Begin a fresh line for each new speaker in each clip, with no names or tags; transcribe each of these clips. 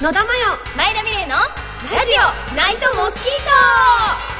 野田真
前田美玲のラ
世ラジ
ジオナイトモスキー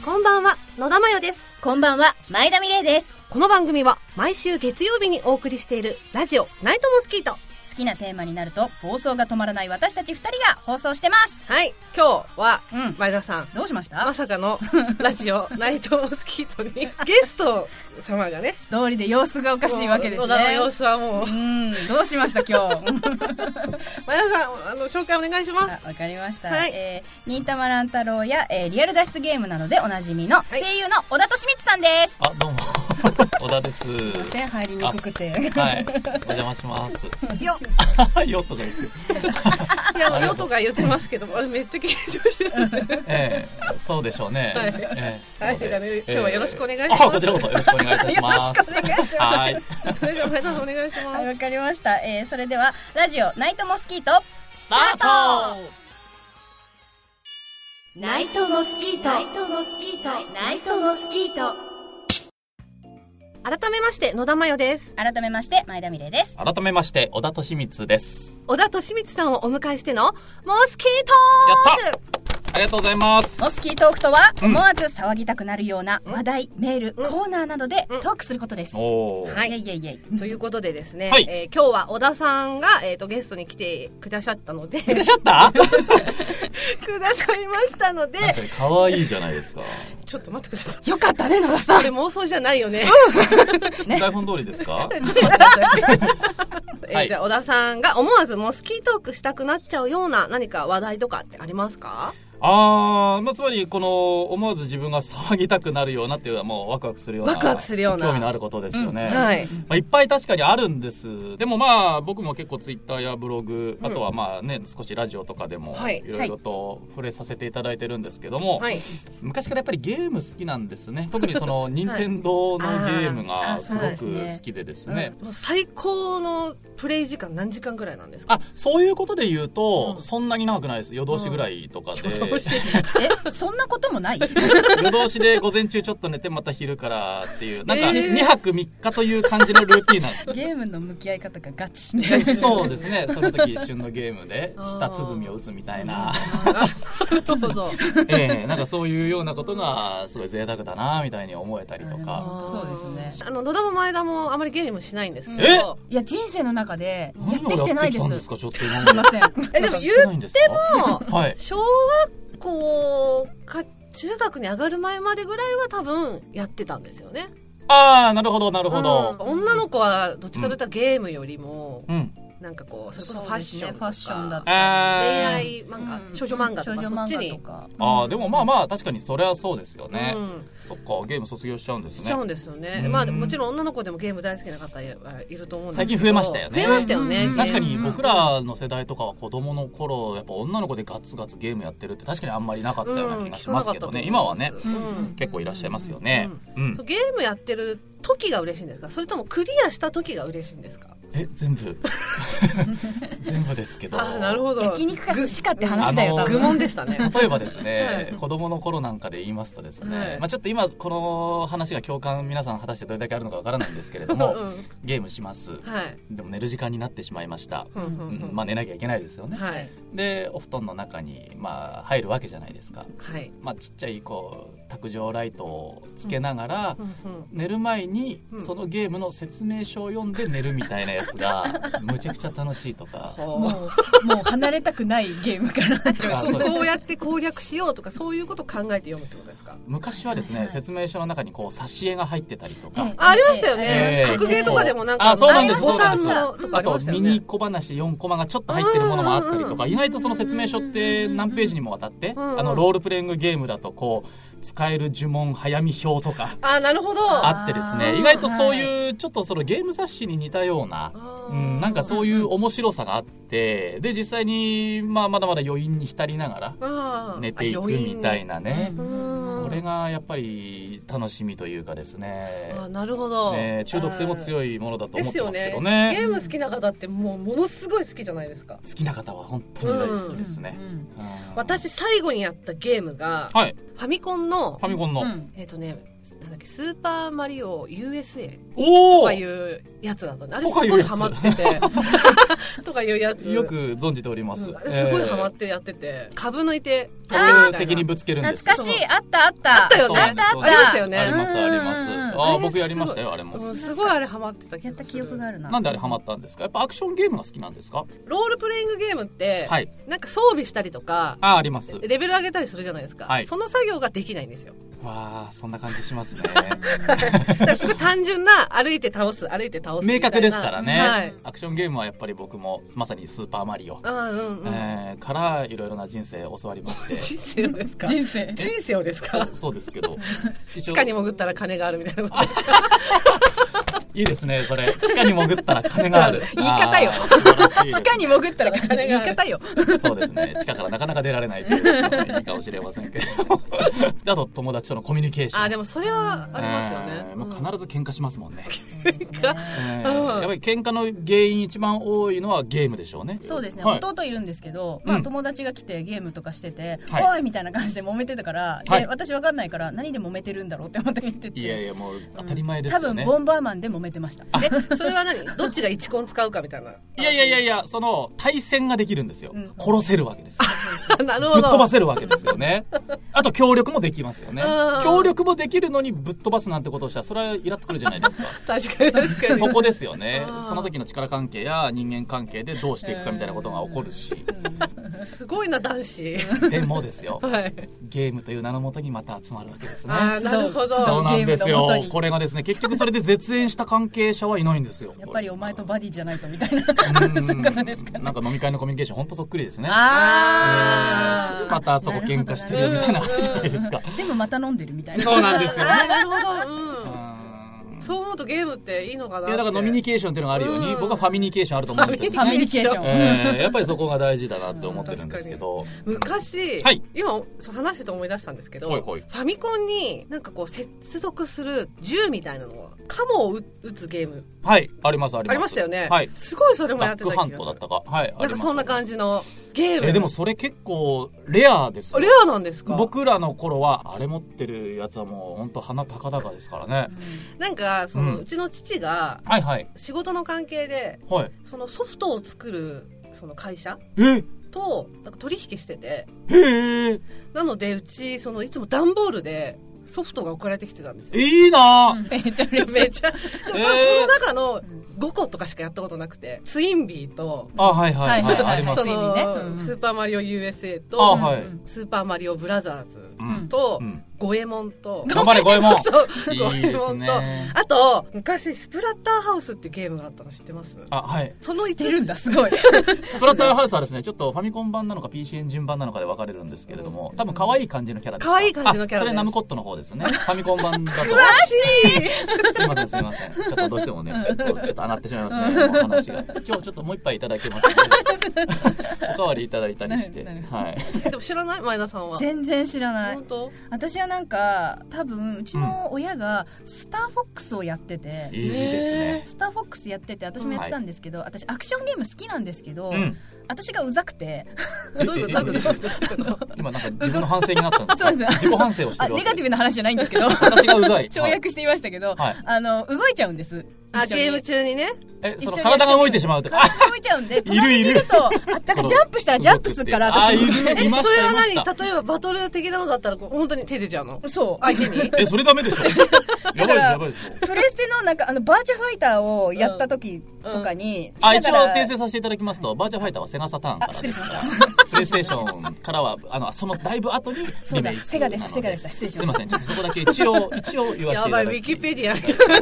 オこんばんは野田真世です
トこんばんは前田美玲です
この番組は毎週月曜日にお送りしているラジオナイトモスキート
好きなテーマになると暴走が止まらない私たち二人が放送してます
はい今日は
うん
前田さん、
どうしました
まさか のラジオナイトモスキ ートにゲスト様がね
通りで様子がおかしいわけです
もう
ね
野田の様子は もう
うんどうしました今日
前田さんあの紹介お願いします
あわかりました、
はい
えー、新玉乱太郎や、えーリアル脱出ゲームなどでおなじみの
い
声優の小田敏光さんです、
あ、どうも。 小田です。
すいません入りにくくて
はい、お邪魔します。
よ
よっとか言って。
いやよとか言ってますけどあれめっちゃ緊張してる
ええそうでしょうね。
はい
ええ
はい
そうで
だから今日はよろしくお願いします
ええあ、こちらこそよろしくお願いいたします。
よろしくお願いします
はい。
それでは前田さんお願いしま
はい、
す
わかりました。えー、それでは、ラジオ、ナイトモスキート、
ス
タート
ナイトモスキートナイトモスキートナイトモスキート
改めまして野田真世です
改めまして、前田美玲です。
改めまして、小田敏光です。
小田敏光さんをお迎えしてのモスキー
や
トーク
ありがとうございます。
モスキートークとは、
うん
思わず騒ぎたくなるような話題、メール、コーナーなどで
うん
トークすることです。
おー。
はい
いえいえいえ。
ということでですね、
はい
えー今日は小田さんが、えー、とゲストに来てくださったの で
いらっし ゃった
くださいましたので
なんか可愛いじゃないですか。
ちょっと待ってください
よかったね、野田さ
これ妄想じゃないよね、
ね
台本通りですか
えー
はい
じゃあ小田さんが思わずモスキートークしたくなっちゃうような何か話題とかってありますか
あー、まあ、つまり、この、思わず自分が騒ぎたくなるようなっていうのは、もうワクワクするような。
ワクワクするような
興味のあることですよね。
うん
はい
まあ、いっぱい確かにあるんですでもまあ僕も結構ツイッターやブログ、あとはまあね少しラジオとかでも
はい
いろいろと触れさせていただいてるんですけども、
はい
昔からやっぱりゲーム好きなんですね特にその任天堂のゲーム
あー
がすご
あーそうです
く
ね
好きでですね、
もう最高のプレイ時間何時間ぐらいなんですか
あそういうことで言うと、
うん
そんなに長くないです夜通しぐらいとかで、
どうして
え、そんなことも ない
夜通しで午前中ちょっと寝てまた昼からっていうなんか
えー
2泊3日という感じのルーティンなんです
ゲームの向き合い方がガチ。
そうですねその時一瞬のゲームで舌鼓を打つみたいな
一つほど
ええなんかそういうようなことがすごい贅沢だなみたいに思えたりと
あ
か
本当そうです
ねあの野田も前田もあまりゲームしないんですけど
え
いや、人生の中で、や
何
っ
を
てきてないで
や
す。
っ
す
てきたんですかちょっと今
い
ま
ま
で
せん。
えでも言
やってないんですか
うも
はい
小学校か中学に上がる前までぐらいは多分やってたんですよね
ああなるほどなるほど
うん女の子はどっちかというとゲームよりも、
うん
なんかこうそれこそ
そう
フ
ですね
ァッションと
ファッションだ
か
と
あ
恋
あー
愛漫画、
うん
少女漫画と
少
か
女
そっち
漫画と
に、
か。
あーでもまあまあ確かにそれはそうですよね、
うん、
そっかゲーム卒業しちゃうんです
し
ね
ちゃうんですよね、
うん
まあもちろん女の子でもゲーム大好きな方いいると思うんですけど
最近増えましたよね
増えましたよね、
うん
確かに
ゲーム
僕らの世代とかは子供の頃やっぱ女の子でガツガツゲームやってるって確かにあんまりなかったような気がしますけどね、
うん聞か
今
なか
は
った
ね
と思います
今はね
うん
結構いらっしゃいますよねうん、
そうゲームやってる時が嬉しいんですかそれともクリアした時が嬉しいんですか
え 全部全部ですけど
ほ
焼肉か寿司かって話だよ、
ぐ
多
あの
愚
分。
問でしたね
例えばですね、
はい
子供の頃なんかで言いますとですね、
はい
まあ、ちょっと今この話が共感皆さん果たしてどれだけあるのかわからないんですけれど も、
うん
ゲームします、
はい。
でも寝る時間になってしまいました、
うんうん
うん
うん
まあ、寝なきゃいけないですよね、
はい。
でお布団の中に、まあ、入るわけじゃないですか、
はい。
まあ、ちっちゃいこう卓上ライトをつけながら、
うんうん
寝る前に
うん
そのゲームの説明書を読んで寝るみたいなやつ がむちゃくちゃ楽しいとか
も
こ
う、もう離れたくないゲームから。
あそうです
うやって攻略しようとかそういうことを考えて読むってことですか
昔はですね、
はい
説明書の中にこう挿絵が入ってたりとか、
はい
あありましたよね
ええ
格ゲーとかでもなんか
あそうなんです
ボタン
そ
の
う
とかあ
あ
りま
と
したよ
ミ
ね
ニ小話4コマがちょっと入ってるものもあったりとか
う
意外とその説明書って何ページにもわたって
うんうん
あのロールプレイングゲームだとこう使える呪文早見表とか
あなるほど
あってです
あー
ね意外とそういうちょっとそのゲーム雑誌に似たような。
あー
うん、なんかそういう面白さがあってで実際に、まあ、まだまだ余韻に浸りながら
あー
寝ていくみたいなね
あ余韻うん
これがやっぱり楽しみというかですね
あなるほど
ね中毒性も
い
強いものだと
で
思
す
って
よ
ますけ
ね
ど
ゲ
ね
ーム好きな方ってもうものすごい好きじゃないですか
好きな方は本当に大好きですね、
うん
うん
私最後にやったゲームが
はい
ファミコンの
ファミコンの、
うん
えっとねなんだっけスーパーマリオ USA
お
と
お
かいうやつなんだねあれ
と
す
かいう
ごい
やつ
ハマってて とかいうやつ
よく存じております、
うんあれすごいハマっててやってて株抜いて
え
あ
ー的にぶつけるんです
懐かしいあったあった
あったよね
あったあ
そう
っ
な
た
んです
ありましたよね
ありますあります、
うんうんうん
ああ僕やりましたよあれも、
うんすごいあれハマってた気
や
がす
っ
る
た記憶があるな
なんであれハマったんですかやっぱアクションゲームが好きなんですか
ロールプレイングゲームって、
はい
なんか装備したりとか
ああります
レベル上げたりするじゃないですか、
はい
その作業ができないんですよ
わあそんな感じ しますね
だからすごい単純な歩いて倒す歩いて倒す
明
みたいな
確ですからね、
はい
アクションゲームはやっぱり僕もまさにスーパーマリオ、
うんうんうん、
えーからいろいろな人生教わりま して
人生ですか
人生
人生をですか
そうそうですけど一
地
応
下に潜ったら金があるみたいなこと
いいですねそれ地下に潜ったら金が ある
言い方よ
あー素晴らしいです
地下に潜ったら言い方よ
そうですね地下からなかなか出られないというのもいいかもし れませんけどであと友達とのコミュニケーション
あでもそれはありますよね、
えーもう必ず喧嘩しますもんね、え
うん
ーやっぱり喧嘩の原因一番多いのはゲームでしょうね
そうですね、
はい
弟いるんですけど、ま
う
あ、
ん
友達が来てゲームとかしてて「
はい
おい!」みたいな感じで揉めてたから、
は
で
い
私わかんないから何で揉めてるんだろうって思って見てて
いやいやもう当たり前です
多
よ
分
ね、
ボンバーマンで揉めてましたで
うんそれは何どっちが一コン使うかみたい ない
やいやいやいやその対戦ができるんですよ、
うん
殺せるわけですよ
なる
ぶ
ほ
っ
ど
飛ばせるわけですよねあと協力もできますよね
うん
協力もできるのにぶっ飛ばすなんてことをしたらそれはイラっとくるじゃないですか
確かに確かに
そこですよね
うん
その時の力関係や人間関係でどうしていくかみたいなことが起こるし
すごいな男子
でもですよ
はい
ゲームという名のもとにまた集まるわけですね
あーなるほど
ー
そうなんです
ゲームの
よ
元に
これがですね結局それで絶縁した関係者はいないんですよ
やっぱりお前とバディじゃないとみたい
うん
な そういうことですかね
なんか飲み会のコミュニケーションほんとそっくりですね
あー
すぐまたあそこ喧嘩してるよみたいな話じゃないですか
でもまた飲んでるみたいな
そうなんですよ
あなるほど、うん
うん
そう思うとゲームっていいのかない
やだからノミニケーションっていうのがあるように、
うん
僕はファミニケーションあると思うんです
ファミリケーション、
えーやっぱりそこが大事だなって思ってるんですけど、
昔、
はい
今そう話してて思い出したんですけど
ほいほい
ファミコンになんかこう接続する銃みたいなのがカモを撃つゲーム
はいありますありま
あ
す
りましたよね、
はい
すごいそれもやっ
ダッ
て
ク
た気
ハ
がする
ントだったかはい
なんかそんな
じ
感じのゲーム
えーでもそれ結構レアですよ
レアなんですか
僕らの頃はあれ持ってるやつはもう本当鼻高々ですからね、
なんかその、
う
うんちの父が
はいはい
仕事の関係で
はい
そのソフトを作るその会社
えー
となんか取引してて
へえ
なのでうちそのいつも段ボールでソフトが送られてきてたんですよ
いいな
う
ー、
んめっちゃ嬉し
め
い
っちゃでも多分その中の5個とかしかやったことなくてツインビーと
あはいはいは
はい
い、
はいはい
ありま
あ
す
そ
ツインビー
の
ねうん
スーパーマリオ USA
あ
と
はい
うん
スーパーマリオブラザーズ
うん
と
うん
五右衛門と
頑張れ五右衛 門
そう五
い
右
い
衛
です
門と
ね
あと昔スプラッターハウスってゲームがあったの知ってます
あはい
その
知っ
一
てるんだ すごい
スプラッターハウスはですねちょっとファミコン版なのか PC エンジン版なのかで分かれるんですけれども多分可愛い感じのキャラですか
可愛い感じのキャラです
あそれナムコットの方ですねファミコン版だと
詳しい
すいませんすいませんちょっとどうしてもね こうちょっと穴ってしまい ますねもう話が今日ちょっともう一杯いただけますかおかわりいただいたりして
なる
はい
えでも知らない前田さんは
全然知らない
本 当
私はなんか多分うちの親がスターフォックスをやってて、
いいですね
スターフォックスやってて私もやってたんですけど、私アクションゲーム好きなんですけど、
うん
私がうざくて
どういうことどういうことどういうこと
今なんか自分の反省になったんです
そうです
自己反省をして
あ
るわ
ネ
け
ガティブな話じゃないんですけど
私がうざい
跳躍していましたけど、
はい
あの動いちゃうんです
あ
一緒に
ゲーム中にね
えそ
一緒
の
に
体が動いてしまうとか
体が動いちゃうん で隣にいるとあだからジャンプしたらジャンプするから
あい
私も
るいま
そ
し
れ
たいました
は何例えばバトル的なのだったらこう本当に手出ちゃうの
そう
相手に
えそれダメ でしょやばいですやばいですよ
プレステのなんかあのバーチャファイターをやった時とかに、し
あ
な
一
が
応
ら
訂正させていただきますとバーチャファイターはセガサターンから
あ失礼しました
プレイステーションからはあのそのだいぶ後に
そ
リ
うだ
メイク
セガでした
なの
セガでした失礼しますし
いま
た
せんちょっとそこだけ一応一応言
や
わせていた
ばいウ
だ
ィ
き
キペディア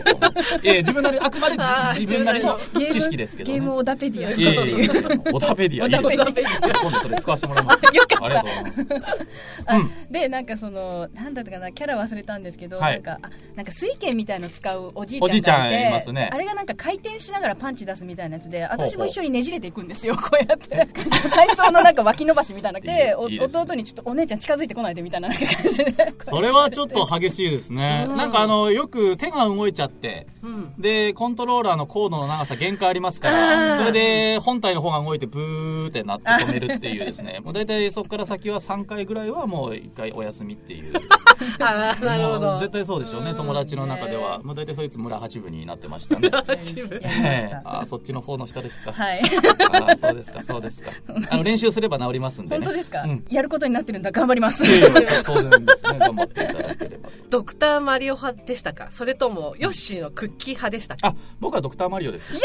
いやいや自分なりあくまで
あー
自分なりの
ゲーム
知識ですけど
ゲーム
ね
オダペディアす
い
るっ
やい
て
や
いう
いやオタペディアいいです
オタペディ
今度それ使わせてもらいます
よかった
ありがとうございます
あ
うん
でなんかそのなんだったかなキャラ忘れたんですけど、
はい
なんかあなんか水拳みたいの使うおじい
おじい
ち
ちゃ
ゃん
んい
がいて
ますね
あれがなんか回転しながらパンチ出すみたいなやつで私
ほうほう
も一緒にねじれていくんですよこうやって海藻のなんか脇き延ばしみたいなく
いい
て
ね
お
いいですね
弟にちょっとお姉ちゃん近づいてこないでみたいななんか感じ で
それはちょっと激しいですね、
うん
なんかあのよく手が動いちゃって
うん
でコントローラーのコードの長さ限界ありますか
あー
らそれで本体の方が動いてブーってなって止めるっていうですねもう大体そこから先は3回ぐらいはもう1回お休みっていう
あ ーなるほ
も
ど
う絶対そうでしょうね友達の中では
ね
もう大体そいつ村八分になってましたね
八分
やりました
あーそっちの方の下ですか
はい
あーそうですかそうですかあの練習すれば治りますんでね
本当ですか、
うん
やることになってるんだ頑張ります
いやいや当然ですね頑張っていただければと
ドクターマリオ派でしたかそれともヨッシーのクッキー派でしたか
あ僕はドクターマリオですなぜ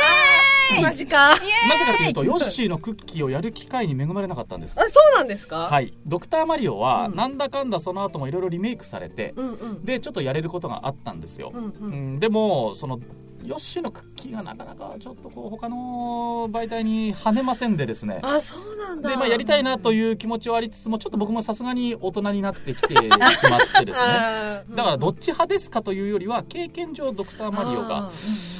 マジかあ
かというとヨッシーのクッキーをやる機会に恵まれなかったんです
そうなんですか
はいドクターマリオは
うん
なんだかんだその後もいろいろリメイクされて
うんうん
でちょっとやれることがあったんですよ
うんう
うんんでもそのヨッシーのクッキーがなかなかちょっとこう他の媒体に跳ねませんでですね
あそうなんだ
でまあやりたいなという気持ちはありつつもちょっと僕もさすがに大人になってきてしまってですね
あー
だからどっち派ですかというよりは経験上ドクターマリオ
あ
が
ー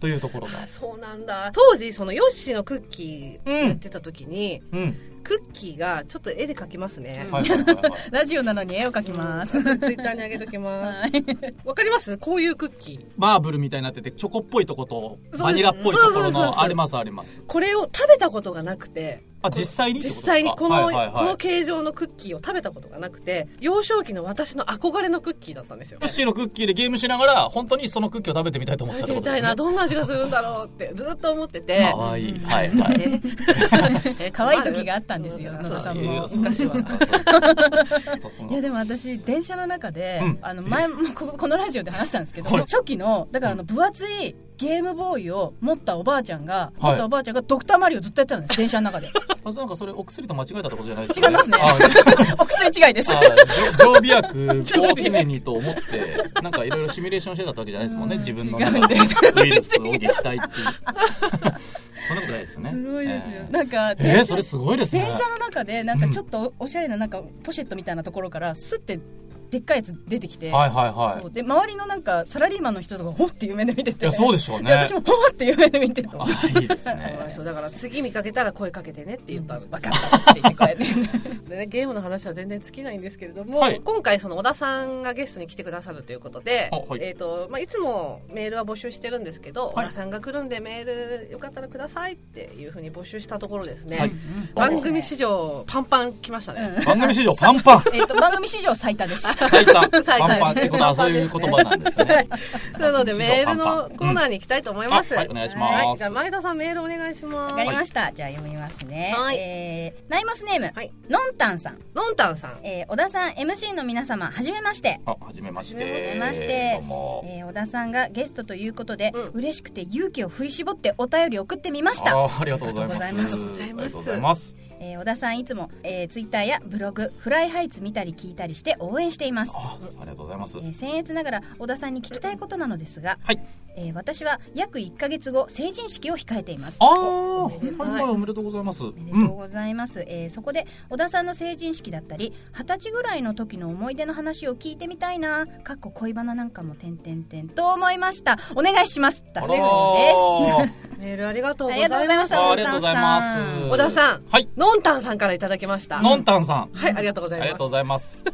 というところが
そうなんだ当時そのヨッシーのクッキーやってた時に、
うん
クッキーがちょっと絵で描きますね、
はいはいはいはい
ラジオなのに絵を描き ます、
ツイッターにあげときま
は
す
い
わかりますこういうクッキー
マーブルみたいになっててチョコっぽいとこと
そう
バニラっぽいとこ
そうそ
ろ
うそうそう
のありますあります
これを食べたことがなくて
あ
こ
実際にって
実
ことですか
際にこの,、
はいはい
こ
は
の
い
形状のクッキーを食べたことがなくて幼少期の私の憧れのクッキーだったんですよ
ヨッシーのクッキーでゲームしながら本当にそのクッキーを食べてみたいと思って
食
たっ
べ
て
て
こ
みたい
とです
な
ね
どんな味がするんだろうってずっと思ってて
かわいいはい はい
ね
可愛い時があったんですよ
そう
野田さん
いやいや
も
そう
昔は
そうそう
いやでも私電車の中で、
うん
あの前もここのラジオで話したんですけど、
はい
初期のだからあの分厚いゲームボーイを持ったおばあちゃんが、
はい
持ったおばあちゃんがドクターマリオずっとやってたんです電車の 中で
あなんかそれお薬と間違えたってことじゃないです
違いますね
あ
お薬 違いです
あじょ常備薬を常にと思ってなんかいろいろシミュレーションしてたわけじゃないですもんね
うん
自分の
違う
中
ん
で
です
ウイルスを撃退っていうそんなことないですね
すごいですよ
えー
なんか
えー
電車
それすごいですね
電車の中でなんかちょっとおしゃれななんかポシェットみたいなところからスッてでっかいやつ出てきて、
はいはいは
そうで周りのなんかサラリーマンの人とかほっていう目で見て
いい
て
やそうでしょう
で
ね
私もほっていう目で見てて
あいいですね
そうそうだから次見かけたら声かけてねって言ったの、
分かったって言ってこうやっ て
でね、ゲームの話は全然尽きないんですけれども、
はい
今回その小田さんがゲストに来てくださるということで、
あはい
えーとまあ、いつもメールは募集してるんですけど、
はい
小田さんが来るんでメールよかったらくださいっていうふうに募集したところですね、
はい
番組史上パンパン来ましたね、
番組史上パンパン
えっと番組史上最多です。
最多
最多
パンパンってことは
パン
そう
パン
い
で
う
すね
言葉なんですね
なのでメール
パン
の
パン
コーナーに行きたいと思います、
うんあはいお願いします
はいじゃあ前田さんメールお願いします
わかりました。じゃあ読みますね。
はい
えー、ナイマスネーム、
はい
のんたんさん、
のんたんさん
えー、小田さん、MC の皆様、はじめまして。
あはじめまして
は
じめまして
どうも
えー、小田さんがゲストということで、
うん
嬉しくて勇気を振り絞ってお便り送ってみました。
あありがとうございます
ありがと
うございます
ありがとうございます
えー、小田さんいつも、えー、ツイッターやブログ、フライハイツ見たり聞いたりして応援しています。
あありがとうございます
えー、僭越ながら小田さんに聞きたいことなのですが、
はい
えー、私は約1ヶ月後成人式を控えています
ああは
めで
い
たい
はいおめでとうございます
おめでとうございます、えーそこで小田さんの成人式だったり二十歳ぐらいの時の思い出の話を聞いてみたいなかっこ恋バナなんかもてんてんてんと思いましたお願いしますだそうで
あらー
メールありがとう
す
ご
あ
ざ
り
い
が
ま
とうございますした
あーありがとうございます
小田さん
はい
のんたんさんからいただきました
のんたんさん
はいありがとうご
あ
ざ
り
い
が
ます
とうございます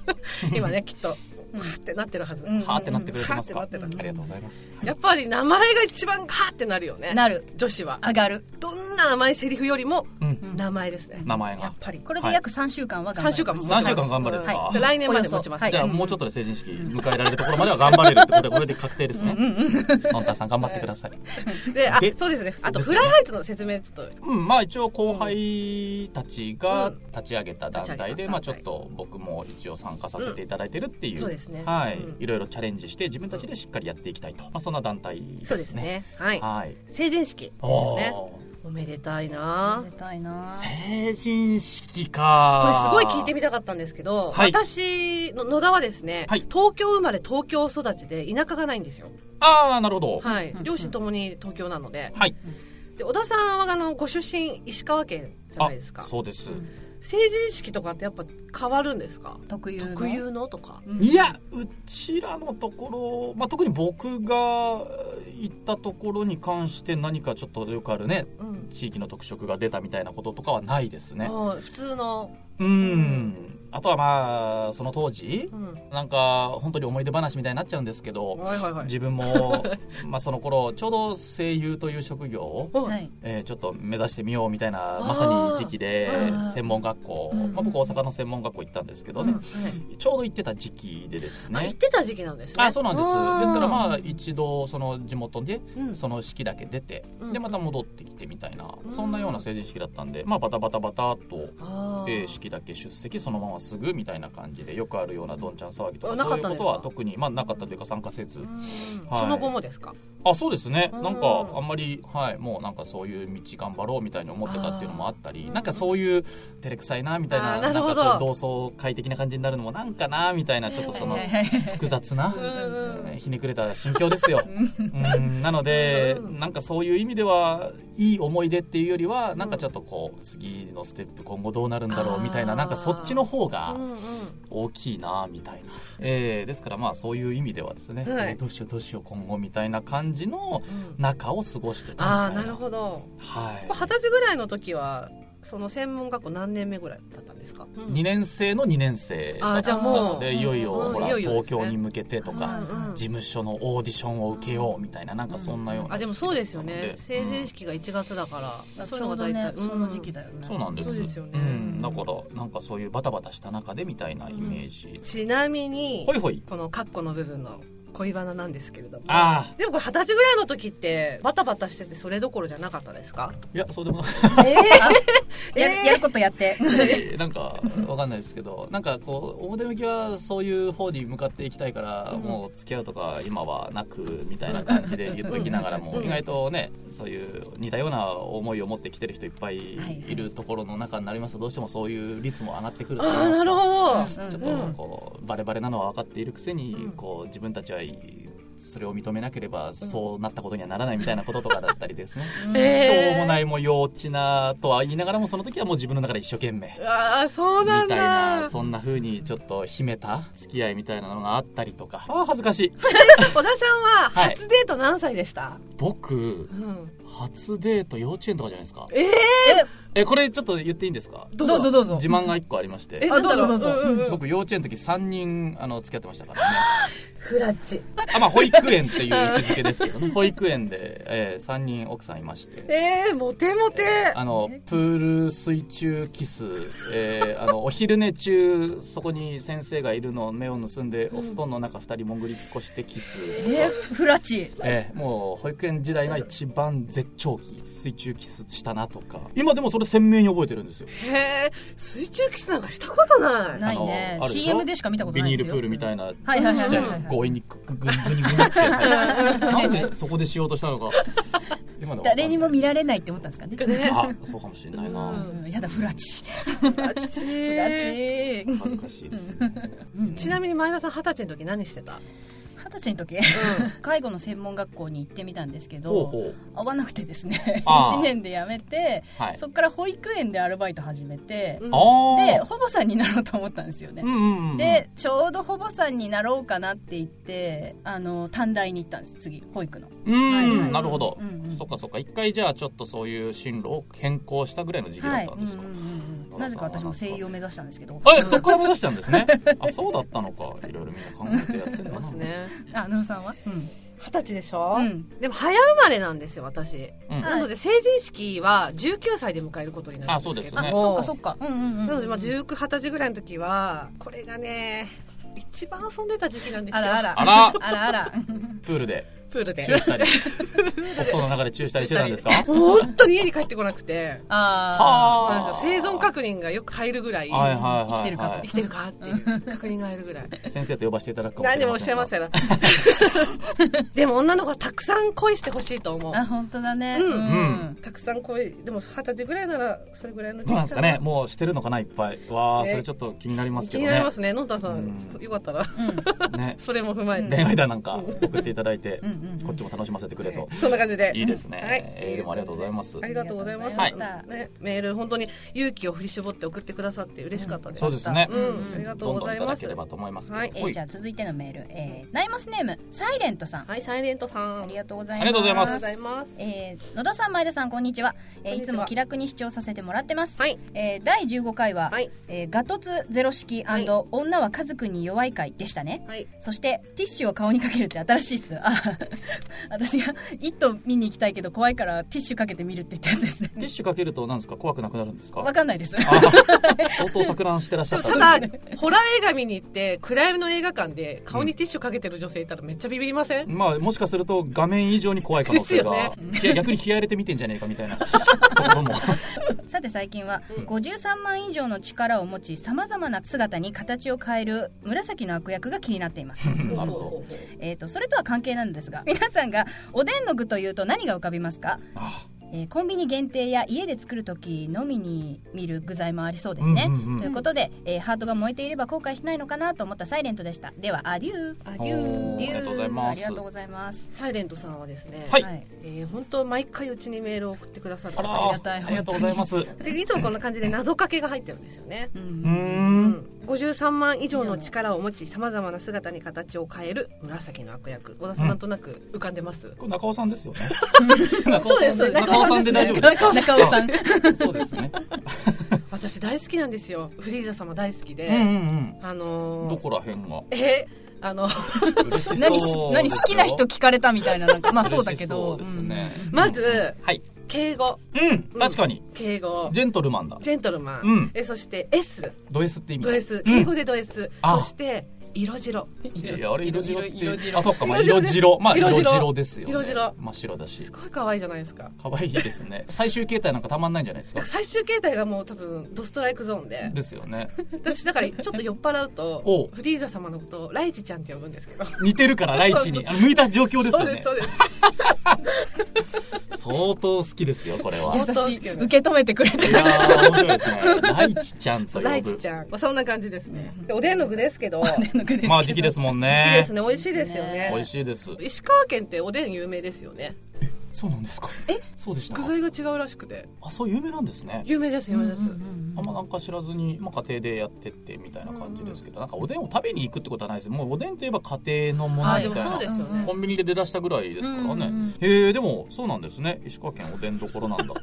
今ねきっとは
うん
ーってなってるはず、
うん
はーってなってくれてますか
は
あ
ーって
り
なってる
がとうございます
やっぱり名前が一番はーってなるよね
なる
女子は
上がる
どんな甘いセリフよりも
うん
名前ですね、
名前
や
が
っぱり
これで約3週間は頑張
3週間も持ちます
三週間頑張れる
はい
あー
で来年まで持ちます、
およそはい
じゃあもうちょっとで成人式迎えられるところまでは頑張れるってことでこれで確定ですねのんたんさん頑張ってください
であ
で
そうですねあと
です
フ
よ
ラ
ね
イハイツの説明ちょっと
うん、まあ一応後輩たち
う
が
ん
立ち上げた団
立ち上
体
げ
で、
た団
まあち
体
ょっと僕も一応参加させていただいてるっていう、
そうですね
はい、
うん
いろいろチャレンジして自分たちでしっかりやっていきたいと、まあそんな団体ですね。
そうですねはい
はい。
成人式ですよねおめでたいな
絶対な
おー成人
こ
式
れす
か。
ごい聞いてみたかったんですけど、
はい
私の野田はですね、
はい
東京生まれ東京育ちで田舎がないんですよ、
ああ、なるほど。
はい
うん
両親ともに東京なので
はい。
で小田さんはあのご出身石川県じゃないですか
そうです。
成人式とかってやっぱ変わるんですか
特有の
特有のとか
うん
いや、うちらのところ、まあ特に僕が行ったところに関して何かちょっとよくあるね
うん
地域の特色が出たみたいなこととかはないですね
はい普通の、
うんあとはまあその当時
うん、
なんか本当に思い出話みたいになっちゃうんですけど
はいはいはい
自 分もまあその頃ちょうど声優という職業を
分
はい
えーちょっと目指してみようみたいな
あー
まさに時期で
うん
専門学校、
うん
まあ、僕大阪の専門学校行ったんですけど
うん
ね
は、い
ちょうど行ってた時期でです
あ行っ
ね
てた時期なんですね
あそうなんです
あー
ですからまあ一度その地元で
うん
その式だけ出て
うん
でまた戻ってきてみたいな
うん
そんなような成人式だったんでまあバタバタバタっと。
あー
えー式だけ出席そのまますぐみたいな感じでよくあるようなどんちゃん騒ぎと
あ
か
な
そ
かっ
ういう
たんで
こ
すか
とは特にまあなかったというか参加せず
うん
はい
その後もですか
あそうですね
うん
なんかあんまり、はい、もうなんかそういう道頑張ろうみたいに思ってたっていうのもあった
あ
り
ー
なんかそういう照れくさいなみたい
あ
な
ーなる
ん
ほど
かそういう同窓会的な感じになるのもなんかなみたいなちょっと その
はいはいはい
複雑な
う。ん
ひねくれた心境ですよ。うんなので
うん
なんかそういう意味ではいい思い出っていうよりはなんかちょっとこう次のステップ今後どうなるんだろうみたい
あ
な
ー
なんかそっちの方が
うんうん
大きいなみたいな、えーですからまあそういう意味ではですね、
はい
えーどうしようどうしよう今後みたいな感じの
うん
中を過ごしてたみたいな
ああなるほど
はい
これ二十歳ぐらいの時はその専門学校何年目ぐらいだったんですか、
2年生の2年生だ
あー
っ
じゃ
た
あ
の
もう
でいよいよ
うん
ほら
いよいよで
東
すね
京に向けてとか
うんうん
事務所のオーディションを受けようみたいななんかそんなような、
あでもそうですよね
時期だ
成
ったので
人式が1月だか
だ
ら
か
そう
らち
いうの
ょう
が
ど
大体
ね、その時期だよね
うんそうなんです
そうですよね
うん、だからなんかそういうバタバタした中でみたいなイメージ、
ちなみに
ほいほい
このカッコの部分の恋バナなんですけれども
あ
でもこれ二十歳ぐらいの時ってバタバタしててそれどころじゃなかったですか
あいやそうでもない
や
えー
やることやって
えーなんかわかんないですけどなんかこう表向きはそういう方に向かっていきたいから、
うん
もう付き合うとか今はなくみたいな感じで言っときながらも、
うん
意外とねそういう似たような思いを持ってきてる人いっぱい
はい
いるところの中になりますとどうしてもそういう率も上がってくる
あ
と思いま
あ
す
なるほ
う
ど
ん
ちょっ
うん
とこうバレバレなのは分かっているくせに、
うん
こう自分たちはそれを認めなければそうなったことにはならないみたいなこととかだったりですね、
うん
えー
しょうもないもう幼稚なとは言いながらもその時はもう自分の中で一生懸命
ああそうな
み
ん
たいな
だ
そんな風にちょっと秘めた付き合いみたいなのがあったりとかあー恥ずかしい
小田さんは
はい
初デート何歳でした、
僕
うん、
初デート幼稚園とかじゃないですか
えー、
えこれちょっと言っていいんですか
どうぞどうぞ
自慢が1個ありまし
え
て
あどうぞどうぞ
んんん
僕幼稚園の時3人あの付き合ってましたからね
フラッチ
あまあ保育園っていう位置づけです けどね保育園で、え3人奥さんいまして
えー、モテモテ、
あのプール水中キス、えーあのお昼寝中そこに先生がいるのを目を盗んでお布団の中2人潜りっこしてキス、
えーフラチ
ええ、もう保育園時代が一番絶頂期水中キスしたなとか今でもそれ鮮明に覚えてるんですよ
へえ水中キスなんかしたことない
ないね
あのあるでしょ
CM でしか見たこと
ビ
ない
ニ
で
ー
す
ル
よ
プールみたい
な
なち
はいはいは
っ
い
ち
は
ゃ
い
い
はい
強引にグググググググってなんでそこでしようとした のか今でわかんない
誰にも見られないって思ったんですかね
あそうかもしれないな、
うん
うんやだフラチフラ
ち
チ
恥ずかしいですね
うん
ちなみに前田さん二十歳の時何してた、
二十歳の時介護の専門学校に行ってみたんですけ
ほう
ど
ほう
合わなくてですね
あー
1年で辞めて
はい
そこから保育園でアルバイト始めて
うん
あ
で
あ
保母さんになろうと思ったんですよね
うんうんうん
でちょうど保母さんになろうかなって言ってあの短大に行ったんです次保育の
うん、
はいはい
なるほど、
うんうん
そっかそっか一回じゃあちょっとそういう進路を変更したぐらいの時期だ
は
っ
い
たんですか、
うんうんうんうんなぜか私も声優を目指したんですけど
あそこから目指したんですねあそうだったのかいろいろみんな考えてやってんだ
ま
な
すね
あのるさんは
二十歳でしょ、
うんうん
でも早生まれなんですよ私、
うん
なので成人式は19歳で迎えることになるんですけど
あそうですよね
あそっかそっかうんうんうん
なのでまあ1920歳ぐらいの時はこれがね一番遊んでた時期なんですよ
あらあら
あら
あらあら
プールで
プール
チュー
で
したりお布団の中でチューしたりしてたんですか
本当に家に帰ってこなくて
あ
そうなんですよ生存確認がよく入るぐらい
はいはいはい、はい、
生きてるかと
生きてるかっていう確認が入るぐらい
先生と呼ばせていただくかもしれ
何
ません
でもおっしゃいます
ん
よ でも女の子はたくさん恋してほしいと思う
ーあ本当だね
うん
うん
たくさん恋でも二十歳ぐらいならそれぐらいの時期
どうなんですかねもうしてるのかないっぱいわあそれちょっと気になります
気
けど
に
ね
なりますねのんたさ
うん
んそうよかったら
うん
ね
それも踏まえて
恋愛談なんか送っていただいて
うんうんうん
こっちも楽しませてくれと
そんな感じで
いいですね
はい
えーでもありがとうございます
ありがとうございます。
ありがとうございました
ね、メール本当に勇気を振り絞って送ってくださって嬉しかったです。
そうですね、
うん
うん
ありがとう
どん
ご
ど
ざ
んい
い
た
ま
だ
す。
ければと思いますけど、
はい
え
ほ
ーじゃあ続いてのメール、えー、ナイモスネームサイレントさん、
はい、サイレントさん。
ありがとうございます
ありがとうございま
ありがとうご
す
ざいます。
えー野田さん前田さんこんにちは,、
こ
えー
ん
い
にち
つ
は
も気楽に視聴させてもらってます、
はい、
えー第15回は、
はい、
えーガトツゼロ式、
はい
女は家族に弱い回でしたね
はい。
そしてティッシュを顔にかけるって新しいっすあ私が「イット!」見に行きたいけど怖いからティッシュかけてみるって言ったやつですね
ティッシュかけるとなんですか怖くなくなるんですか
わかんないです
あー相当錯乱してらっしゃ
た
った
だ、ホラー映画見に行って、暗闇の映画館で顔にティッシュかけてる女性いたらめっちゃビビりません、
まあもしかすると画面以上に怖い可能性が、
で
いや逆に気合い入れて見てんじゃねえかみ たいなことも
さて最近は
うん
53万以上の力を持ちさまざまな姿に形を変える紫の悪役が気になっています
なるほど
えーとそれとは関係なのですが皆さんがおでんの具というと何が浮かびますか、
あ
えーコンビニ限定や家で作る時のみに見る具材もありそうですね、
うんうんうん
ということで、えーハートが燃えていれば後悔しないのかなと思ったサイレントでしたではアデュー
アデュー
おー
デュー
ありがとうございます
ありがとうございます
サイレントさんはですね、
はい
えー本当毎回うちにメールを送ってくださって
あ
あ
ら
りがたい
ありがとうございますう
でいつもこんな感じで謎かけが入ってるんですよね。
うん
ーん
53万以上の力を持ちさまざまな姿に形を変える紫の悪役小田さんなんとなく浮かんでます、
これ中尾さんですよ ね
そうですそうです
中尾さんで大丈夫です
中尾さん
そうですね
私大好きなんですよフリーザ様大好きで、
うんうん
あ
うん
のー、
どこら辺が
えーあの
嬉 し
何
そう
何好きな人
嬉し
聞かれたみたいななんかまあそうだけ
そ
ど
うですね
まず
はい
敬語
うん確かに
敬語
ジェントルマンだ
ジェントルマン、
うん
えそして S
ド S って意味
ド S
うん
敬語でド S、
あ
そして色白
いやいやあれ色白って
色白
あそっかまあ
色白で
色
す
白まあ
色
色
白
白ですよね
色白
真っ白だし
すごい可愛いじゃないですか
可愛いですね最終形態なんかたまんないんじゃないですか
最終形態がもう多分ドストライクゾーンで
ですよね
私だからちょっと酔っ払う
お
と
う
フリーザ様のことをライチちゃんって呼ぶんですけど
似てるからライチにあの向いた状況です
そ
よ
うです
ね
そうです
相当好きですよこれは
や
優しい受け止めてくれて
い
る
やー面白いですねライチちゃんと呼ぶ
ライチちゃん、まあ、そんな感じですね、でおでんの具ですけど好き
の句ですけど
まあ時期ですもんね
ですね美味しいですよね
美味しいです
石川県っておでん有名ですよね
そうなんですかえそうでした
具
か
材が違うらしくて
あそう有名なんですね
有名です有名です、
あんまなんか知らずに、まあ、家庭でやってってみたいな感じですけど、なんかおでんを食べに行くってことはないですもうおでんといえば家庭のもの
あ
み
でも
たい
そう
な
ですよね、
コンビニで出だしたぐらいですからね、
うんうんうん
へえでもそうなんですね石川県おでんどこ ろなんだ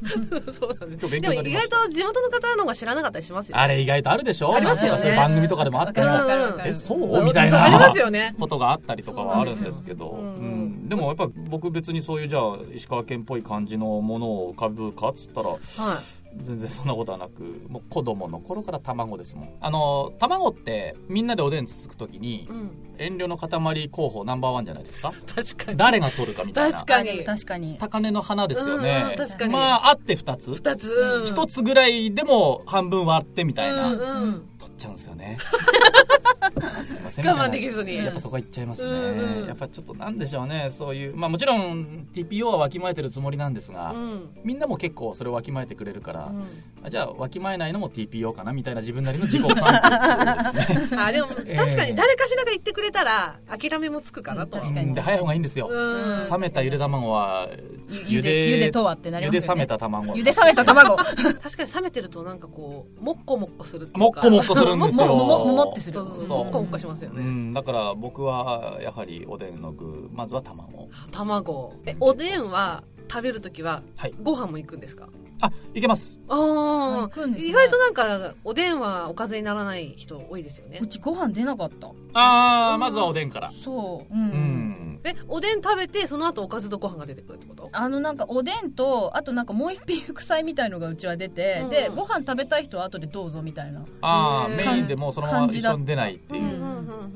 そうなんです
今日勉
でも
強にな
意
りま
外
した
と地元の方の方が知らなかったりしますよ
あれ意外とあるでしょ
ありますよね
なんかそういう番組とかでもあっても、
うん
えそうみたい
あ
な
りますよね
ことがあったりとかはあるんですけど
そううなんです
んで
ようん
もやっぱ僕別にそういうじゃあ石川県っぽい感じのものを浮かぶかっつったら
は
全然そんなことはなくもう子供の頃から卵ですもんあの卵ってみんなでおでんつつく時に
い、うん、
遠慮の塊候補ナンバーワンじゃないですか
確かに
誰が取るかみたいな
確かに
あでも確かに
高根の花ですよ
うんう
ね
ん確かに
まああって2つ
二つ、うん、
1つぐらいでも半分割ってみたいな、
うんうん
取っちゃうんですよ ねちょっとすいません
我慢できずに
やっぱそこは行っちゃいますね、
うんうん
やっぱちょっとなんでしょうねそういうまあもちろん TPO はわきまえてるつもりなんですが、
うん
みんなも結構それをわきまえてくれるから、
う
あじゃあわきまえないのも TPO かなみたいな自分なりの自己完結です ね
ん、あでも確
ええ
かに誰かしらが言ってくれたら諦めもつくかなとは
確かに
うんで早い方がいいんですよ、
うん
冷めたゆで卵は
ゆでゆでとはってなり
ゆ
ますよ
で
ね
冷めた卵
ゆで冷めた卵
確かに冷めてるとなんかこうもっこもっこするってい
も
う
っ
か
こもっこするんですよ
もももももってする
そうそう
そ
そううもっこもっこしますよ
う
ね、
んだから僕はやはりおでんの具まずは卵
卵えおでんは食べるときは
はい
ご飯も行くんですか
あいけます
あ
あ行
あ
くんですね
意外となんかおでんはおかずにならない人多いですよね
うちご飯出なかった
あーまずはおでんから
そう
う、ん
えおでん食べてその後おかずとご飯が出てくるってこと
あのなんかおでんとあとなんかもう一品副菜みたいのがうちは出て、
うん
でご飯食べたい人は後でどうぞみたいな
ああ
へ
メ
ー
インでもうそのまま一緒に出ないっていう、
うん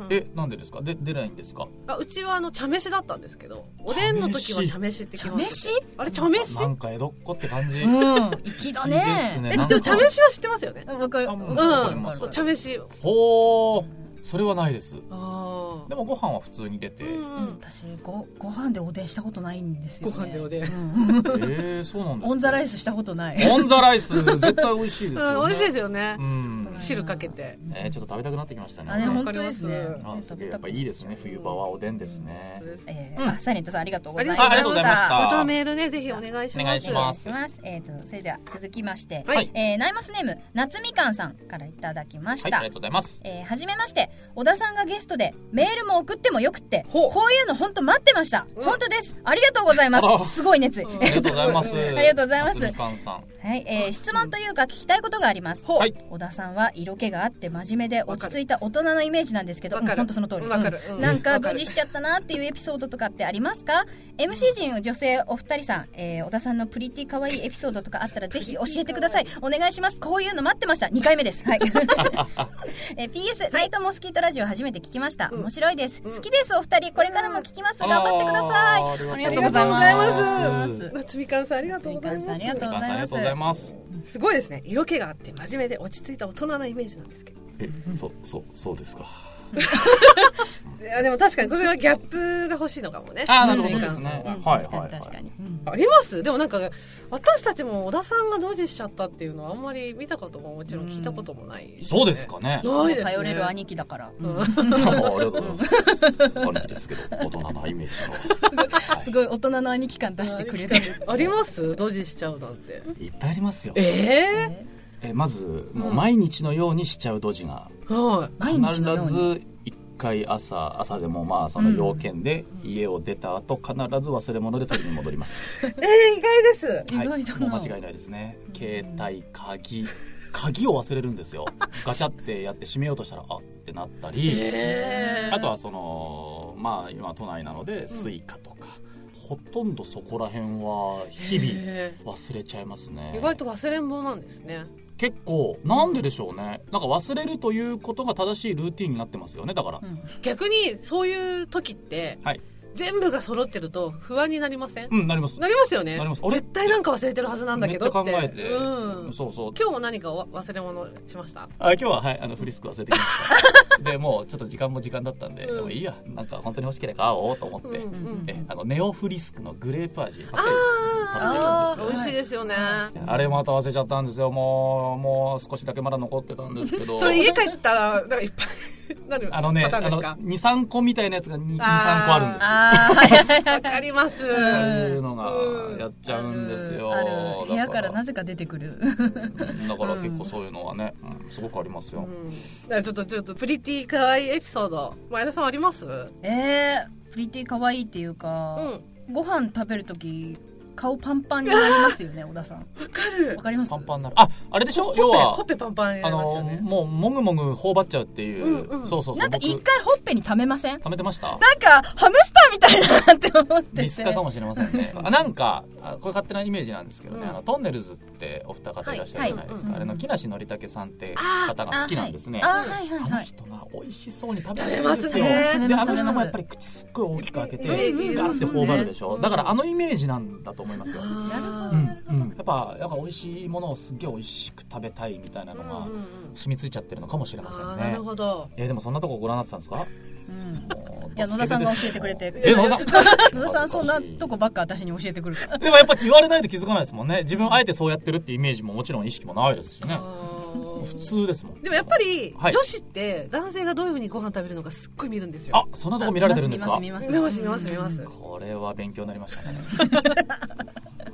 えなんでですかで出ないんですか
あうちはあの茶飯だったんですけどおでんの時は茶飯って決
茶
まってて
飯
あれ茶飯
なんか江戸っ子って感じ、
うん粋だね
いいですね
え
なん
で
か
も茶飯は知ってますよね
わかる
あうん
うん
わかります
そう茶飯
ほーそれはないです
あ
でもご飯は普通に出て、
ーうんうん
私ごご飯でおでんしたことないんですよ、ね、
ご飯でおでん
うん
えー、そうなんです
オンザライ
ス
スしたことない
オンザライス絶対美味しいですよ、
うん
ね、
美味しいですよね
う、ん
汁かけて
えー、ちょっと食べたくなってきましたね
あね
わ
本
か
当
りま
ですすね
あすげえやっぱいいですね冬場はおでんですね
本当、です
え
うん
ーあサイレントさんありがとうございました
あありがとうございました
またメールねぜひお願いします
お願いし
お願
ま
い
す
します。えっ、とそれでは続きまして、
はい
はい
えーナイマスネーム夏みかんさんからいただきまし
はい
た。
ありがとうございます
えーはじめまして小田さんがゲストでメールも送ってもよくって
ほ
こ
う
ういうの本当待ってました、
うん
本当ですありがとうございま
あ
すすごい熱意
うん
ありがとうございます
ありがとうございます
夏みかんさん
はい、えー質問というか聞きたいことがあります、
はい
小田さんは色気があって真面目で落ち着いた大人のイメージなんですけど
わかる
本当その通り
わかる
うん
うん
なんか
わか
分
る
離しちゃったなっていうエピソードとかってありますか MC 陣女性お二人さん、えー小田さんのプリティ可愛いエピソードとかあったらぜひ教えてくださいお願いしますこういうの待ってました2回目で すはい えー PS、ナイトモスキートラジオ初めて聞きました、
うん
面白いです、
うん
好きですお二人これからも聞きます頑張ってください
あー
あ
あ
り
り
が
が
と
と
う
う
ご
ご
ざ
ざ
い
い
ま
ますす
夏みかんさんありがとうございます
夏みかんさんありがとう
みかんさんありがとうございます
すごいですね色気があって真面目で落ち着いた大人なイメージなんですけど
えそうそうそうですか
いやでも確かにこれはギャップが欲しいのかもね
あーな
るほ
夏
ど
み
で
かん
す
さん
ね
は
うん
はい
確か
は
に
いはい
確かに、うん
ありますでもなんか私たちも小田さんがドジしちゃったっていうのはあんまり見たことももちろん聞いたこともない、
そうですかね
どうないい
すご
ですね
頼れる兄貴だから、
うん
あありがとうございます。兄貴ですけど、大人なイメージ
すごい大人の兄貴感出してくれ てる
ありますドジしちゃうなんて
の。いっぱいありますよ。え
え
まず、もう毎日のようにしちゃうドジが。
えはい
毎日のよう
必
に
ず一回朝、朝でも、まあ、その要件で、家を出た後、必ず忘れ物で取りに戻ります。
えー、意外です
意外だな
もう間違いないですね。携帯、鍵。鍵を忘れるんで すよ。ガチャってやって閉めようとしたら、あってなったり。
ええ
あとはそのまあ今都内なのでスイカとか、ほとんどそこら辺は日々
え
忘れちゃいますね
え意外と忘れん坊なんですね
結構なんででしょうねなんか忘れるということが正しいルーティンになってますよねだから、
うん
逆にそういう時って、
はい
全部が揃ってると不安になりません、
うん、なります
なりますよね
なりますあれ
絶対なんか忘れてるはずなんだけどって
めっちゃ考えて
うん、
そうそう
今日も何かお忘れ物しました
あ今日ははいあのフリスク忘れてきました でもうちょっと時間も時間だったんで、
うん
でもいいやなんか本当に欲しければ買おうと思って、
うんうん
えあのネオフリスクのグレープ味あ
あ
食べてるんですよ
ー美味しいですよね、
あれまた忘れちゃったんですよもうもう少しだけまだ残ってたんですけ ど
それ家帰ったらなんかいっぱ いなる
あのね、
パタ
あ
ーンです
の
か
二三個みたいなやつが二二
あー
三個あるんですよ。
あー
わかります
そう
うん
いうのがやっちゃうんですよ。
あるある部屋からな
ぜ
ぜか出てくる
だから結構そういうのはね、うんすごくありますよ。
うん、ちょっとちょっとプリティ可愛いエピソード前田さんありますうん
えー、プリティ可愛いっていうか、
わ
ご飯食べる時顔パンパンになりますよね小田さん
かる
わかります
パンパンになる。あ、あれでしょ要
ほっ
は、
ぺパンパンにな
あ
ります
の
よ、ね
もうもぐもぐ頬張っちゃうっていう
うんうん。
そうそうそう。
なんか一
僕
回ほっぺに溜めません
溜めてました
なんかハムスターみたいだなって思ってて
リスカかもしれませ んね。あなんか、あこれ勝手なイメージなんですけどね、
うん
あのトンネルズってお二方いらっしゃるじゃないです
はいは
か。
い
あれの木梨憲武さんって方が好きなんですね。
あーはいはい
あ
は
の
い
人が美味しそうに食べ
食べ
るん
ま
ですす
ね
よ。
食べ
で
ます食べます
あの人もやっぱり口すっごい大きく開けて、
うんうん
ガーって頬張るでしょ、
うん
だからあのイメージなんだと思いますよ、うん
なるほど
あ
なるほど、
やっぱやっぱ美味しいものをすっげえ美味しく食べたいみたいな
ー
のが
うんうんうん
染みついちゃってるのかもしれませ
あー
ん
な
ね
るほど
えーでもそんなとこご覧になってたんですか
うん
もう
いや野田さんが教えてくれて
え野田さん
野田さんそんなとこばっか私に教えてくるから
でもやっぱ言われないと気づかないですもんね自分あえてそうやってるってイメージももちろん意識もないですしね
あ
普
ー
通ですもん
でもやっぱり
はい
女子って男性がどういうふうにご飯食べるのかすっごい見るんですよ
あそんなとこ見られてるんですか
見ます
見ます見ます見ます
これは勉強になりましたね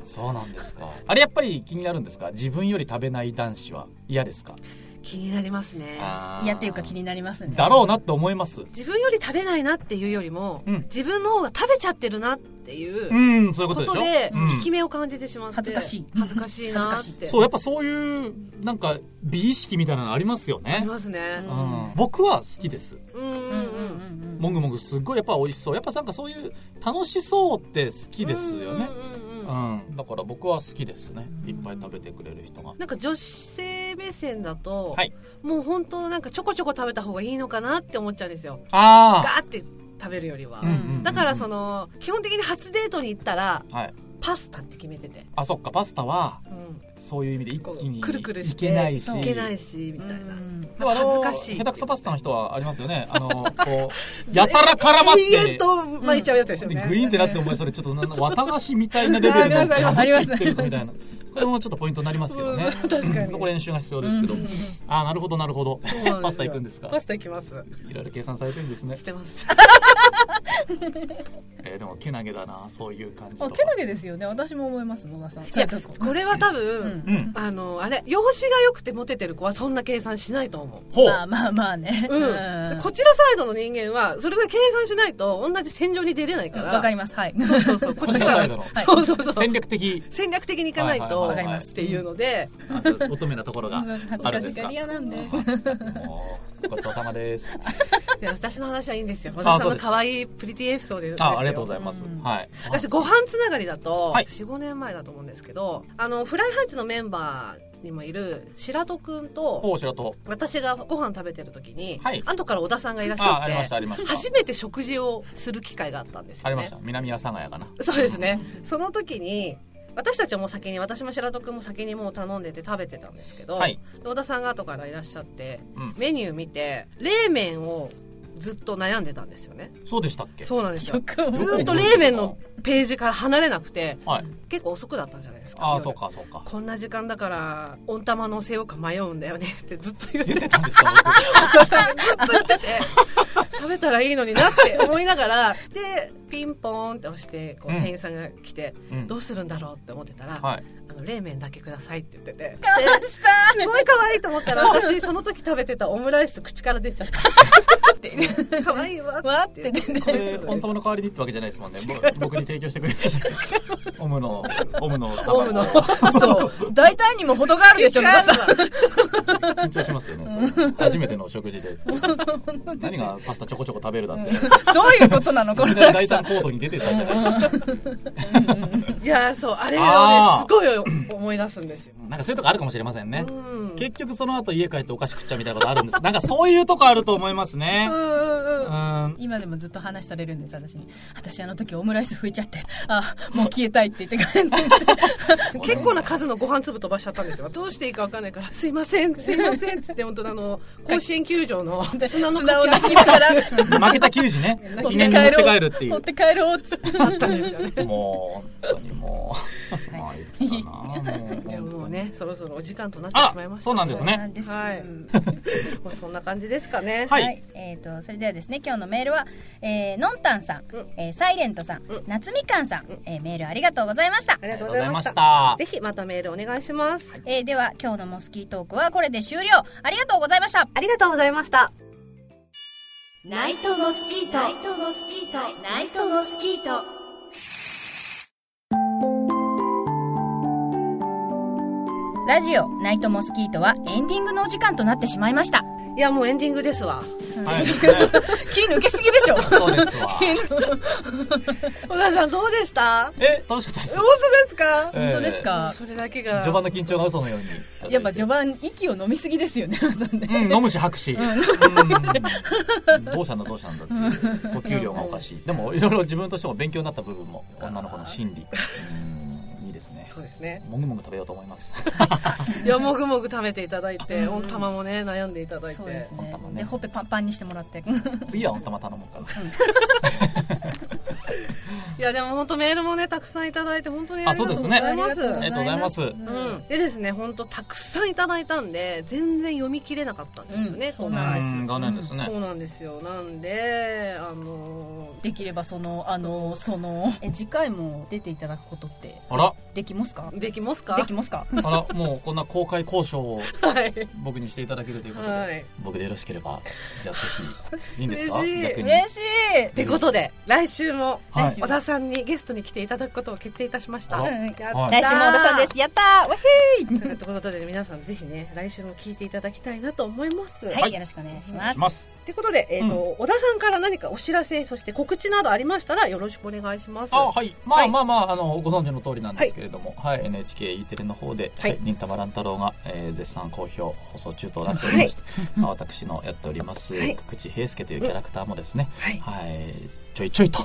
そうなんですかあれやっぱり気になるんですか自分より食べない男子は嫌ですか
気になりますね
いやっていうか気になりますね
だろうなって思います
自分より食べないなっていうよりも、
うん
自分の方が食べちゃってるなっていう
うんそういうこ
こと
でし
と
ょ
で
うん
引き目を感じてしまって
恥ずかしい
恥ずかしいなって
そうやっぱそういうなんか美意識みたいなのありますよ
あり
ね、
ますね
う、
うん
僕は好きです
うんうん
うん
う
うん
ん
うん
もぐもぐすっごいやっぱ美味しそうやっぱなんかそういう楽しそうって好きですよね
うんうんうん
うん、だから僕は好きですねいっぱい食べてくれる人が
なんか女性目線だと、
はい
もう本当なんかちょこちょこ食べた方がいいのかなって思っちゃうんですよガ
あ
ーって食べるよりは、
あ、うんうんうんうん
だからその基本的に初デートに行ったら
はい
パスタって決めてて、
あそっかパスタは
うん
そういう意味で一気に
くるくるして
いけないし
いけないしみたいな、
でもあの
恥ずかしい
下手くそパスタの人はありますよね あのこうやたら絡まっ
永遠
て
と巻いちゃうやつですよね、
グリーンってなってお前それちょっとなん綿菓子みたいなレベルの
あります
ってるぞみたいなこれもちょっとポイントになりますけどね
確かに
そこ練習が必要ですけどああなるほどなるほど
そうなんですよ
パスタ行くんですか
パスタ行きます
いろいろ計算されてるんですね
してます
えーでもけなげだなそういう感じと
あ
か
けなげですよね私も思います野田さん
いやこれは多分、
うん
うん
あのあれ容姿が良くてモテてる子はそんな計算しないと思う
ほう
まあまあまあね
うん、
うん
こちらサイドの人間はそれぐらい計算しないと同じ戦場に出れないから
わかりますはい
そうそうそうこっちか
サ
ら
イドの
はい
そうそうそう
戦略的
戦略的にいかないと、
はい
はいはいはい
っていうので、
あ乙女なところが
恥ず
ある
か
んで
し
す
が
か
り屋なんです
もうごちそうさまです
いや私の話はいいんですよ
あ
私
そう
の
です
可愛いプリティエピソードですよ
あありがとうございます、
うん
はい
私ご飯つながりだと、
はい
45年前だと思うんですけどあのフライハイツのメンバーにもいる白戸くんと
お白と
私がご飯食べてる時に、
はい
後から小田さんがいらっし
あ
ゃ
ありましたあ
っ
りましてた
初めて食事をする機会があったんですよ、ね、
ありました南阿佐ヶ谷かな
そうですね。その時に私たちはもう先に私も白戸君も先にもう頼んでて食べてたんですけど、
はい
で小田さんが後からいらっしゃって
うん
メニュー見て冷麺をずっと悩んでたんですよね。
そうでしたっけ
そうなんです
よ
よ。
く思う
ずっと冷麺のページから離れなくて
はい
結構遅くだったんじゃないですか。
ああ
夜
そうかそうか
こんな時間だから温玉のせようか迷うんだよねってずっと言って
出
て
てたんですか
ずっと言ってて食べたらいいのになって思いながらでピンポーンって押してこう
うん
店員さんが来て、
僕、うん
どうするんだろうって思ってたら、
はい
あの冷麺だけくださいって言ってて
した
すごい可愛いと思ったら私その時食べてたオムライス口から出ちゃったって可愛いわ
わって出て
これ本当の代わりにってわけじゃないですもんねぼ僕に提供してくれましたオムのオムの卵
オウムの
そう大胆にも程があるでしょ野田さん
緊張しますよねそれ初めてのお食事で何がパスタちょこちょこ食べるだ って、
どういうことなのこ
み
の
んな
落
大
差
胆コートに出てたんじゃないですか
いやーそうあれをね
あ
すごい思い出すんですよ、
なんかそういうとこあるかもしれませんね
うん
結局その後家帰ってお菓子食っちゃうみたいなことあるんですなんかそういうとこあると思いますね
うんうんうん
うん
今でもずっと話されるんです私に私あの時オムライス拭いちゃってあもう消えたいって言って帰 って
結構な数のご飯粒飛ばしちゃったんですよどうしていいか分かんないから「すいませんすいません」っつって本当にあの甲子園球場の砂の
砂を
か
抜
き
きながら
負けた球児ね
持っ
記念
て
に持っ
帰
て
ろ
帰
う
るってい
持っ
う
て帰ろうっつって
があったんですよね
もう本当にもうまあいったなもう
でももうねそろそろお時間となっ
あ
てしまいま
ら
した
そうなんです
そうな
ね
んです
はいまあそんな感じですかね
はい
はい、えっ、とそれではですね今日のメールは、えー、のんたんさん、
うん
えーサイレントさん、
うん
夏みかんさん、えーメールありがとうございました
ありがとうございまし
あ
た
り
ぜひまたメールお願いします、
えーでは今日のモスキートークはこれで終了ありがとうございました
ありがとうございました
ナイトモスキートナイトモスキートナイトモスキート
ラジオナイトモスキートはエンディングのお時間となってしまいました
いやもうエンディングですわ
はいね
気抜けすぎでしょ
そうですわ
小田さんどうでした
え楽しかったです
本当ですか
本
当ですか
それだけ
序
が
盤の緊張が嘘のように
やっぱ序盤息を飲みすぎですよ ね皆さんね
うん飲むし拍手、うんどうしたんだどうしたんだっていうお給料がおかしいでもいろいろ自分としても勉強になった部分も女の子の心理うんいいですね
そうですね
もぐもぐ食べようと思います
いやもぐもぐ食べていただいて
うん
温玉もね悩んでいただいて
そうです
本当
ね
もね
でほっぺパンパンにしてもらって
次は温玉頼もうか
いやでも本当メールもねたくさんいただいて本当にあ
あ
り
そ
が
う
と
で
うご
すね
ざいます
なありがとうございます
うん、でですね本当たくさんいただいたんで全然読み切れなかったんですよね、
うんそう
今
な
回
な
です
うん残念ですね
そうなんですよなんであの
できればそのあのそのえ次回も出ていただくことって
あら
できますか
ーできますか
できますか
あらもうこんな公開交渉を
はい
僕にしていただけるということで、
はい
僕でよろしければじゃあぜひいいんですか
嬉しい
逆に
嬉しい
ってことで来週も
はい
来週
小田さんにゲストに来ていただくことを決定いたしました
あ
うん
やったー
はい
来週も小田さんですやったーわへ
ということで皆さんぜひね来週も聞いていただきたいなと思います
いはいよろしくお願いします
ます
ってことで、えーと小田さんから何かお知らせそして告知などありましたらよろしくお願いします
あはい、まあ、
はい
まあまああのご存知の通りなんですけれども、はい NHKE テレの方で「
はい
はい忍たま乱太郎が」えー絶賛好評放送中となっておりまして、まあ、私のやっております、
はい
久口平介というキャラクターもですね、
はい
はい、ちょいちょいと、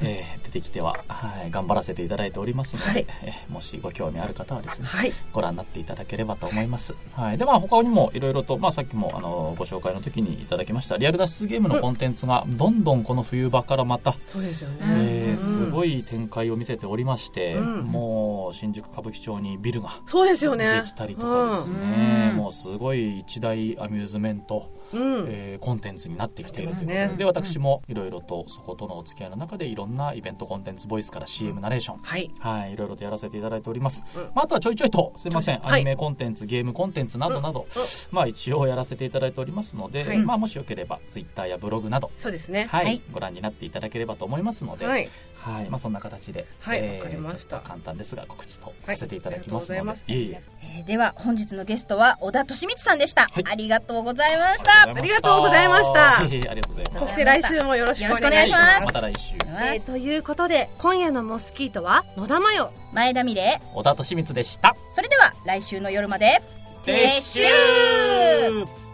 えー出てきては、はい、頑張らせていただいておりますので、
はい
えーもしご興味ある方はですね
はい
ご覧になっていただければと思います。はい、でまあ他にもいろいろと、まあ、さっきもあのご紹介の時にいただきましたリアル脱出ゲームのコンテンツがどんどんこの冬場からまた、
そうですよね、
うん
え
うん
ーすごい展開を見せておりまして、
うん
もう新宿歌舞伎町にビルが。
そうです
で
よね
きたりとかです
う
ね、
ん
もうすごい一大アミューズメント、
うん、うん
えーコンテンツになってきているとい
な
うことで,、
ってますね
で私もいろいろとそことのお付き合いの中でいろんなイベントコンテンツボイスから CM ナレーション、
はい
はい、いろいろとやらせていただいております。
うん
まあ、あとはちょいちょいと、すみません、
はい
アニメコンテンツ、ゲームコンテンツなどなど、
うんうん
まあ、一応やらせていただいておりますので、
はい
まあ、もしよければ、ツイッターやブログなど、
そうですね
はい、
はい
ご覧になっていただければと思いますので、
は
はい、
い
まあ、そんな形で、
はい
え
わ
ー
かりました
ちょっと簡単ですが、告知とさせていただきますの
はいありがとうございま
で、い
す
えいえ、
えーでは本日のゲストは小田敏光さんでした、
はい
ありがとうございました
ありがとうございました
いえいえありがとうございま
そ
す。
して来週もよろしくお願いし
よろしくお願いし
ま
ますた来週、
えーということで今夜のモスキートは野田真代
前田美玲
小田と清水でした。
それでは来週の夜まで
撤収